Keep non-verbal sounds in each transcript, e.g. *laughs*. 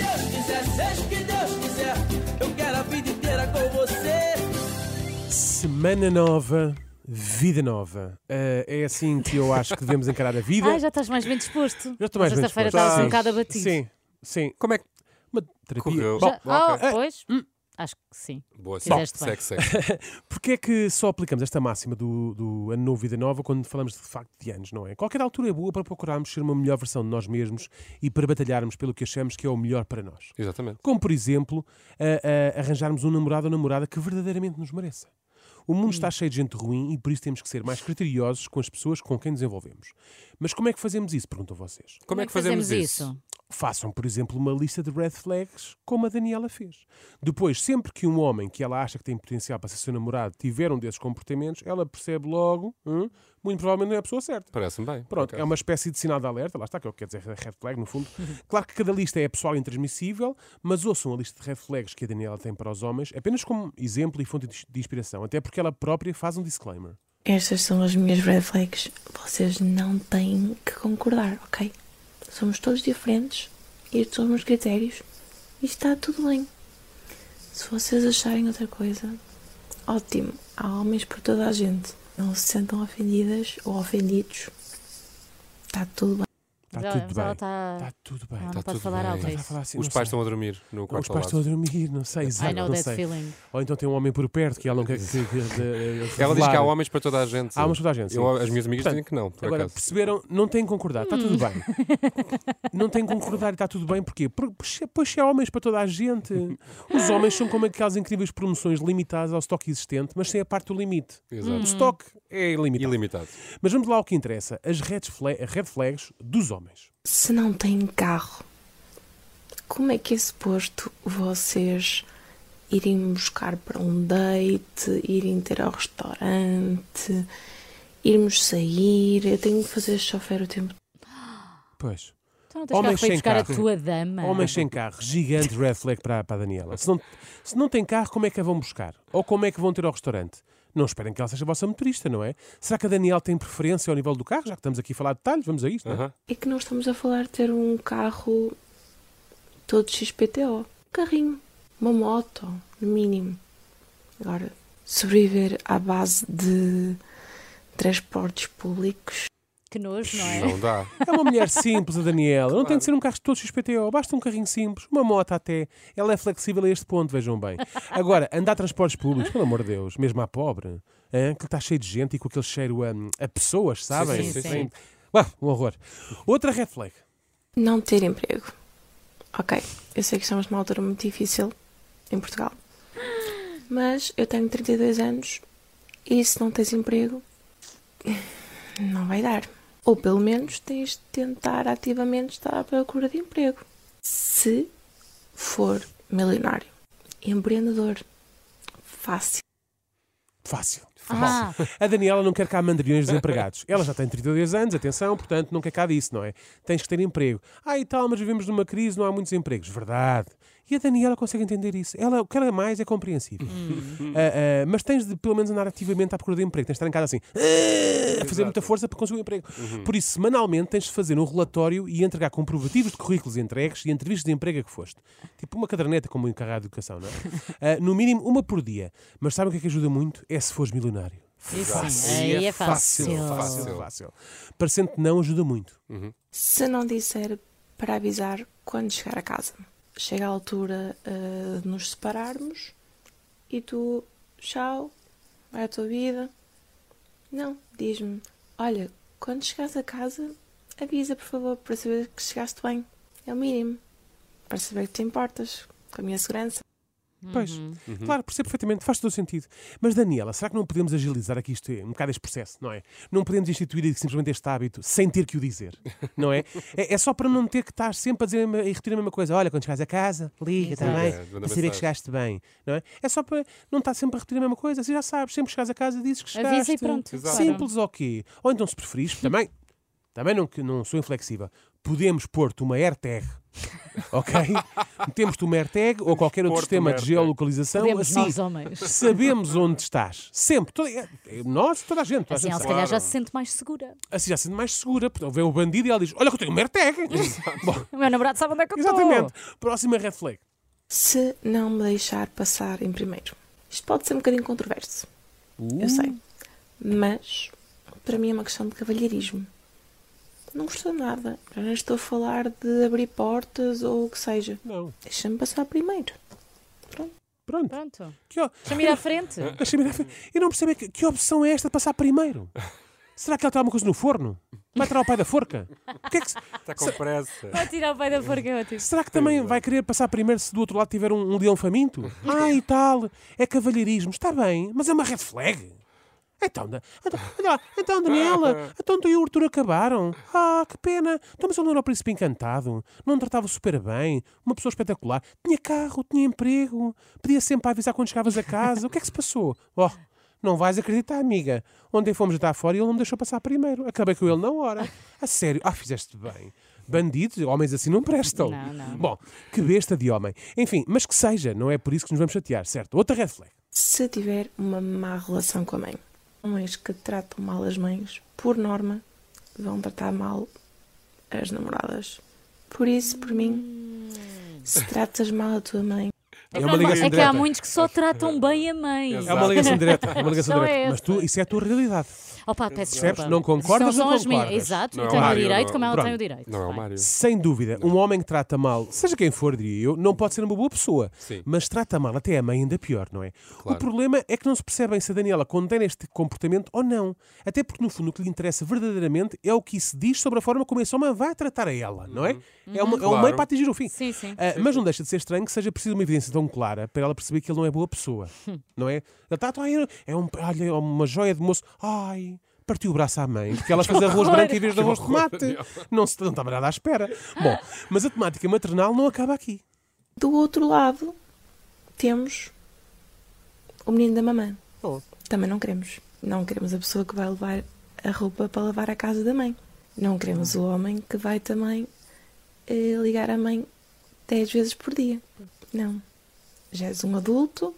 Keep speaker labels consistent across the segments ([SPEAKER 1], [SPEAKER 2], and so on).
[SPEAKER 1] Seja o que Deus quiser, eu quero a vida inteira com você.
[SPEAKER 2] Semana nova, vida nova. Eh, é assim que eu acho que devemos encarar a vida.
[SPEAKER 3] Ah, já estás mais bem disposto.
[SPEAKER 2] Já estou mais bem
[SPEAKER 3] Sexta-feira
[SPEAKER 2] disposto.
[SPEAKER 3] estavas um
[SPEAKER 2] Ah,
[SPEAKER 3] bocado abatido.
[SPEAKER 2] Sim, sim.
[SPEAKER 4] Como é que.
[SPEAKER 2] Uma terapia.
[SPEAKER 4] Correu.
[SPEAKER 2] Bom, Hum.
[SPEAKER 3] Já- Ah,
[SPEAKER 4] ok.
[SPEAKER 3] pois? Acho que sim.
[SPEAKER 2] é
[SPEAKER 4] Boa,
[SPEAKER 3] Fizeste bem.
[SPEAKER 4] segue, *laughs* segue. segue.
[SPEAKER 2] Porquê é que só aplicamos esta máxima do, do ano novo, vida nova, quando falamos de facto de anos, não é? Qualquer altura é boa para procurarmos ser uma melhor versão de nós mesmos e para batalharmos pelo que achamos que é o melhor para nós.
[SPEAKER 4] Exatamente.
[SPEAKER 2] Como, por exemplo, a- a- arranjarmos um namorado ou namorada que verdadeiramente nos mereça. O mundo está cheio de gente ruim e por isso temos que ser mais criteriosos com as pessoas com quem nos envolvemos. Mas como é que fazemos isso? Perguntam vocês.
[SPEAKER 4] Como é que fazemos, isso?
[SPEAKER 2] Façam, por exemplo, uma lista de red flags, como a Daniela fez. Depois, sempre que um homem que ela acha que tem potencial para ser seu namorado tiver um desses comportamentos, ela percebe logo, hum, muito provavelmente não é a pessoa certa.
[SPEAKER 4] Parece-me bem. por
[SPEAKER 2] Pronto,
[SPEAKER 4] acaso.
[SPEAKER 2] é uma espécie de sinal de alerta, lá está, que é o que quer dizer red flag, no fundo. Claro que cada lista é pessoal e intransmissível, mas ouçam a lista de red flags que a Daniela tem para os homens apenas como exemplo e fonte de de inspiração, até porque ela própria faz um disclaimer.
[SPEAKER 5] Estas são as minhas red flags. Vocês não têm que concordar, ok? Somos todos diferentes. Estes são os meus critérios. E está tudo bem. Se vocês acharem outra coisa, ótimo. Há homens por toda a gente. Não se sentam ofendidas ou ofendidos. Está tudo bem.
[SPEAKER 2] Está
[SPEAKER 3] Mas
[SPEAKER 2] Tá
[SPEAKER 3] ela-
[SPEAKER 2] tudo
[SPEAKER 3] mas ela
[SPEAKER 2] bem.
[SPEAKER 3] está-
[SPEAKER 2] Está tudo bem.
[SPEAKER 3] ela não
[SPEAKER 4] Tá
[SPEAKER 3] pode
[SPEAKER 4] tudo
[SPEAKER 3] falar
[SPEAKER 4] bem.
[SPEAKER 3] alto
[SPEAKER 2] Está
[SPEAKER 3] a
[SPEAKER 2] a
[SPEAKER 3] isso.
[SPEAKER 2] falar assim,
[SPEAKER 4] Os
[SPEAKER 2] não
[SPEAKER 4] pais
[SPEAKER 2] sei.
[SPEAKER 4] estão a dormir no quarto
[SPEAKER 2] Os pais
[SPEAKER 4] ao
[SPEAKER 2] estão a
[SPEAKER 4] lado.
[SPEAKER 2] dormir, não
[SPEAKER 4] *laughs*
[SPEAKER 2] sei, exato,
[SPEAKER 3] I know
[SPEAKER 2] não
[SPEAKER 3] that
[SPEAKER 2] sei.
[SPEAKER 3] feeling.
[SPEAKER 2] Ou então tem um homem por perto que ela não quer que. que, que de- de-
[SPEAKER 4] Ela diz que há
[SPEAKER 2] revelar.
[SPEAKER 4] homens para toda a gente.
[SPEAKER 2] Há homens para toda a gente, sim.
[SPEAKER 4] Eu, as minhas amigas
[SPEAKER 2] Portanto,
[SPEAKER 4] dizem que não, por
[SPEAKER 2] Agora,
[SPEAKER 4] acaso.
[SPEAKER 2] perceberam? Não têm que concordar, está tudo bem. não têm que concordar e está tudo bem, porquê? Porque, pois, é, pois se há homens para toda a gente. Os homens são como aquelas incríveis promoções limitadas ao estoque existente, mas sem a parte do limite. O
[SPEAKER 4] Exato. Hum.
[SPEAKER 2] estoque é ilimitado.
[SPEAKER 4] Ilimitado.
[SPEAKER 2] Mas vamos lá ao que interessa: as red, fla- red flags dos homens.
[SPEAKER 5] Se não têm carro, como é que é suposto vocês irem buscar para um date, irem ter ao restaurante, irmos sair? Eu tenho que fazer chofer o tempo
[SPEAKER 2] Pois.
[SPEAKER 3] Tu Então não
[SPEAKER 2] Homens
[SPEAKER 3] tens carro para ir
[SPEAKER 2] sem
[SPEAKER 3] buscar a
[SPEAKER 2] carro.
[SPEAKER 3] tua dama.
[SPEAKER 2] Homens sem carro, gigante red flag para, para a Daniela. Se não, se não tem carro, como é que a vão buscar? Ou como é que vão ter ao restaurante? Não esperem que ela seja a vossa motorista, não é? Será que a Daniela tem preferência ao nível do carro? Já que estamos aqui a falar de detalhes, vamos a isto, não é?
[SPEAKER 4] Aham.
[SPEAKER 5] é que não estamos a falar de ter um carro todo XPTO. Um Carrinho, uma moto, no mínimo. Agora, sobreviver à base de transportes públicos.
[SPEAKER 3] Que nojo, não é?
[SPEAKER 4] Não dá.
[SPEAKER 2] É uma mulher simples, a Daniela. Não tem de ser um carro todo XPTO. Basta um carrinho simples, uma moto até. Ela é flexível a este ponto, vejam bem. Agora, andar a transportes públicos, pelo amor de Deus, mesmo à pobre, hã? que está cheio de gente e com aquele cheiro hum, a, pessoas, sabem?
[SPEAKER 3] sim, sim.
[SPEAKER 2] Uau, um horror. Outra red flag.
[SPEAKER 5] Não ter emprego. Ok, eu sei que estamos numa altura muito difícil em Portugal, mas eu tenho 32 anos e se não tens emprego, não vai dar. Ou pelo menos tens de tentar ativamente estar à procura de emprego. Se for milionário, empreendedor, fácil.
[SPEAKER 2] Fácil.
[SPEAKER 3] Ah,
[SPEAKER 2] A Daniela não quer cá mandrilhões desempregados. Ela já tem 32 anos, atenção, portanto, não quer cá disso, não é? Tens que ter emprego. Ah, e tal, mas vivemos numa crise, não há muitos empregos. Verdade. E a Daniela consegue entender isso. Ela, o que ela é mais é compreensível. Ah, ah, mas tens de, pelo menos, andar ativamente à procura de emprego. Tens de estar em casa assim, "Ah", a fazer muita força para conseguir um emprego. Por isso, semanalmente, tens de fazer um relatório e entregar comprovativos de currículos entregues e entrevistas de emprego a que foste. Tipo uma caderneta como encarregado de educação, não é? Ah, no mínimo, uma por dia. Mas sabem o que é que ajuda muito? É se fores milionário.
[SPEAKER 3] isso sim. Aí é fácil.
[SPEAKER 2] Fácil, fácil. Parecendo que não ajuda muito.
[SPEAKER 5] Se não disser para avisar quando chegar a casa, chega a altura eh, de nos separarmos e tu, tchau, vai à tua vida. Não, diz-me, olha, quando chegares a casa, avisa por favor para saber que chegaste bem. É o mínimo. Para saber que te importas, com a minha segurança.
[SPEAKER 3] Uhum.
[SPEAKER 2] Pois, então,
[SPEAKER 4] Uhum.
[SPEAKER 2] claro, percebo perfeitamente, faz todo o sentido. Mas, Daniela, será que não podemos agilizar aqui isto, um bocado este processo, não é? Não podemos instituir simplesmente este hábito sem ter que o dizer, não
[SPEAKER 4] *laughs*
[SPEAKER 2] é? É, é só para não ter que estar sempre a dizer a mesma- e repetir a mesma coisa. Olha, quando chegares a casa, liga
[SPEAKER 3] Exato.
[SPEAKER 2] também,
[SPEAKER 4] É, manda
[SPEAKER 2] para saber
[SPEAKER 4] mensagem.
[SPEAKER 2] que chegaste bem, não é? É só para não estar sempre a repetir a mesma coisa, assim já sabes, sempre que chegares a casa dizes que chegaste.
[SPEAKER 3] Avisa e pronto. Claro.
[SPEAKER 4] Exato.
[SPEAKER 2] Simples ou quê? Ou então, se preferires, também, também não, que não sou inflexível, podemos pôr-te uma AirTag,
[SPEAKER 4] *laughs*
[SPEAKER 2] ok? Metemos-te uma AirTag ou qualquer outro
[SPEAKER 4] Pôr-te
[SPEAKER 2] sistema
[SPEAKER 4] uma
[SPEAKER 2] de
[SPEAKER 4] AirTag.
[SPEAKER 2] geolocalização,
[SPEAKER 3] Podemos nós
[SPEAKER 2] assim,
[SPEAKER 3] homens.
[SPEAKER 2] sabemos onde estás. Sempre. Toda- é- é nós, toda a gente. Toda a
[SPEAKER 3] Assim,
[SPEAKER 2] gente
[SPEAKER 3] ela se
[SPEAKER 2] sabe.
[SPEAKER 3] calhar já se sente mais segura.
[SPEAKER 2] Assim já sendo mais segura, porque vê o bandido e ela diz, olha que eu tenho uma AirTag. *laughs* Bom,
[SPEAKER 3] O meu namorado sabe onde é que eu estou.
[SPEAKER 2] exatamente. Próxima red flag.
[SPEAKER 5] se não me deixar passar em primeiro. Isto pode ser um bocadinho controverso, eu sei, mas para mim é uma questão de cavalheirismo. Não gostou nada. Já não estou a falar de abrir portas ou o que seja.
[SPEAKER 2] Não.
[SPEAKER 5] Deixa-me passar primeiro.
[SPEAKER 2] Pronto.
[SPEAKER 3] Pronto.
[SPEAKER 2] Que o-
[SPEAKER 3] Deixa-me ir
[SPEAKER 2] *laughs*
[SPEAKER 3] à frente.
[SPEAKER 2] Deixa-me ir à frente. Eu não percebo é que, que opção é esta de passar primeiro. Será que ela está alguma coisa no forno? Vai tirar o pai da forca? O que é que se-
[SPEAKER 4] Está com pressa.
[SPEAKER 3] Vai tirar o pai da forca, é ótimo.
[SPEAKER 2] será que também vai querer passar primeiro se do outro lado tiver um, um leão faminto? Ah, e tal. É cavalheirismo. Está bem, mas é uma red flag. Então, da- então, olha lá, então, Daniela, então tu e o Arthur acabaram. Ah, que pena. Então, mas ele não era o príncipe encantado. Não tratava super bem. Uma pessoa espetacular. Tinha carro, tinha emprego. Podia sempre avisar quando chegavas a casa. O que é que se passou? Oh, não vais acreditar, amiga. Ontem fomos jantar fora e ele não me deixou passar primeiro. Acabei com ele na hora. A sério. Ah, fizeste bem. Bandidos, homens assim não prestam.
[SPEAKER 3] Não, não.
[SPEAKER 2] Bom, que besta de homem. Enfim, mas que seja, não é por isso que nos vamos chatear, certo? Outra red flag.
[SPEAKER 5] Se tiver uma má relação com a mãe, homens que tratam mal as mães, por norma, vão tratar mal as namoradas. Por isso, por mim, se tratas mal a tua mãe,
[SPEAKER 2] É uma ligação
[SPEAKER 3] É que há
[SPEAKER 2] direta.
[SPEAKER 3] muitos que só tratam bem a mãe.
[SPEAKER 2] É uma ligação direta. É uma ligação
[SPEAKER 3] Não é
[SPEAKER 2] direta.
[SPEAKER 3] essa.
[SPEAKER 2] Mas tu, isso é a tua realidade.
[SPEAKER 3] Opa, peço
[SPEAKER 2] Percebes?
[SPEAKER 3] desculpa.
[SPEAKER 2] Não concordas,
[SPEAKER 3] São
[SPEAKER 2] não
[SPEAKER 3] as minhas.
[SPEAKER 2] concordas.
[SPEAKER 3] Exato, eu
[SPEAKER 4] Não é o
[SPEAKER 3] tenho o
[SPEAKER 4] Mário,
[SPEAKER 3] direito
[SPEAKER 4] não.
[SPEAKER 3] como ela
[SPEAKER 2] Pronto.
[SPEAKER 3] tem o direito.
[SPEAKER 4] Não é o
[SPEAKER 3] Vai.
[SPEAKER 4] Mário.
[SPEAKER 2] Sem dúvida, um homem que trata mal, seja quem for, diria eu, não pode ser uma boa pessoa.
[SPEAKER 4] Sim.
[SPEAKER 2] Mas trata mal até a mãe ainda pior, não é?
[SPEAKER 4] Claro.
[SPEAKER 2] O problema é que não se percebem se a Daniela condena este comportamento ou não. Até porque, no fundo, o que lhe interessa verdadeiramente é o que se diz sobre a forma como esse homem vai tratar a ela, não é? É, uma, é um
[SPEAKER 4] Uhum. Claro.
[SPEAKER 2] meio para atingir o fim.
[SPEAKER 3] Sim, sim.
[SPEAKER 2] Ah, mas não deixa de ser estranho que seja preciso uma evidência tão clara para ela perceber que ele não é boa
[SPEAKER 3] *laughs*
[SPEAKER 2] pessoa, não é? Ele está a é um, olha, é uma joia de moço. Ai, partiu o braço à mãe, porque
[SPEAKER 3] *laughs*
[SPEAKER 2] ela fez arroz branco em vez de arroz de tomate. Não se não estava nada à espera. Bom, mas a temática maternal não acaba aqui.
[SPEAKER 5] do outro lado, temos o menino da mamã.
[SPEAKER 3] Oh.
[SPEAKER 5] Também não queremos. Não queremos a pessoa que vai levar a roupa para lavar a casa da mãe. Não queremos o homem que vai também eh, ligar à mãe 10 vezes por dia. Não. Já és um adulto,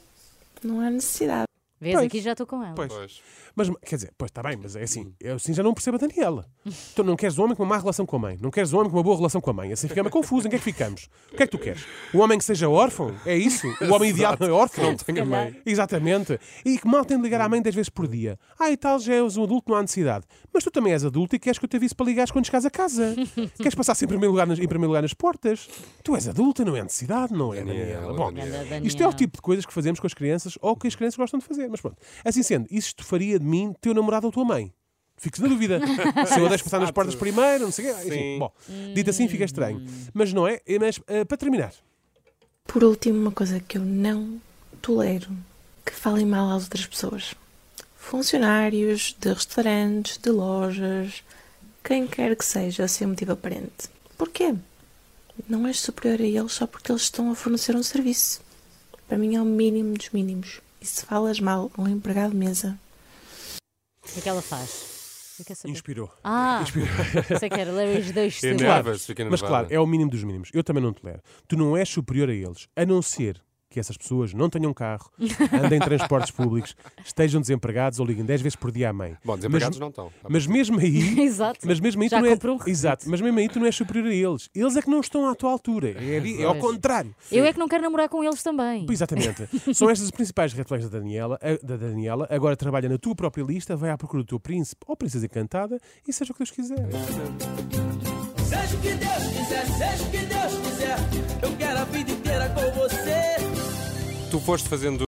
[SPEAKER 5] não há necessidade.
[SPEAKER 3] Vês,
[SPEAKER 2] Pois.
[SPEAKER 3] aqui já estou com ela.
[SPEAKER 2] Pois.
[SPEAKER 4] Pois.
[SPEAKER 2] Mas, quer dizer, pois está bem, mas é
[SPEAKER 4] Hum.
[SPEAKER 2] assim, eu assim já não percebo a
[SPEAKER 4] *laughs*
[SPEAKER 2] Daniela. Tu não queres um homem com uma má relação com a mãe, não queres um homem com uma boa relação com a mãe. Assim fica-me confuso, em que é que ficamos? O que é que tu queres? O homem que seja órfão? É isso? O homem ideal não é órfão?
[SPEAKER 4] Não tenho mãe.
[SPEAKER 2] Exatamente. E que mal tem de ligar à mãe 10 vezes por dia. Ah, e tal, já és um adulto, não há necessidade. Mas tu também és adulto e queres que eu te avise para ligares quando chegares a
[SPEAKER 4] *laughs*
[SPEAKER 2] casa. queres passar sempre em primeiro lugar nas, em primeiro lugar nas portas. Tu és adulta, não é necessidade, não é, Daniela?
[SPEAKER 4] Daniela,
[SPEAKER 2] Bom,
[SPEAKER 4] Daniela.
[SPEAKER 3] Ganda
[SPEAKER 2] isto é o
[SPEAKER 3] Daniel.
[SPEAKER 2] tipo de coisas que fazemos com as crianças ou que as crianças gostam de fazer. Mas pronto. Assim sendo, isto faria de mim teu namorado ou tua mãe? Fico na dúvida. Se eu a deixo passar nas portas primeiro, não sei o quê. Enfim,
[SPEAKER 4] Sim.
[SPEAKER 2] bom, dito assim fica estranho. Mas não é? Mas, ah, para terminar,
[SPEAKER 5] Por último, uma coisa que eu não tolero, que falem mal às outras pessoas. Funcionários de restaurantes, de lojas, quem quer que seja, sem motivo aparente. Porquê? Não és superior a eles só porque eles estão a fornecer um serviço. Para mim é o mínimo dos mínimos. E se falas mal a um empregado de mesa,
[SPEAKER 3] O que é que ela faz? Eu quero saber.
[SPEAKER 2] inspirou.
[SPEAKER 3] Ah, sei que era
[SPEAKER 2] *laughs*
[SPEAKER 3] Larry's dois
[SPEAKER 4] É
[SPEAKER 3] Claro.
[SPEAKER 4] nervas, fica
[SPEAKER 2] Mas claro,
[SPEAKER 4] enervada.
[SPEAKER 2] é o mínimo dos mínimos. Eu também não tolero. Tu não és superior a eles, a não ser que essas pessoas não tenham carro, andem em transportes públicos, estejam desempregados ou liguem 10 vezes por dia à mãe.
[SPEAKER 4] Bom, desempregados não estão.
[SPEAKER 2] Mas mesmo aí.
[SPEAKER 3] Exato.
[SPEAKER 2] Mas mesmo aí
[SPEAKER 3] Já
[SPEAKER 2] tu não é,
[SPEAKER 3] comprou um recurso.
[SPEAKER 2] Exato, mas mesmo aí tu não és superior a eles. Eles é que não estão à tua altura. É, é ao
[SPEAKER 3] Pois.
[SPEAKER 2] contrário.
[SPEAKER 3] Eu é que não quero namorar com eles também.
[SPEAKER 2] Pois, Exatamente. São estas as principais red flags da Daniela. A- da Daniela. Agora trabalha na tua própria lista, vai à procura do teu príncipe ou princesa encantada e seja o que Deus quiser.
[SPEAKER 1] Seja o que Deus quiser, seja o que Deus quiser, eu quero a vida inteira com você.
[SPEAKER 4] Tu foste fazendo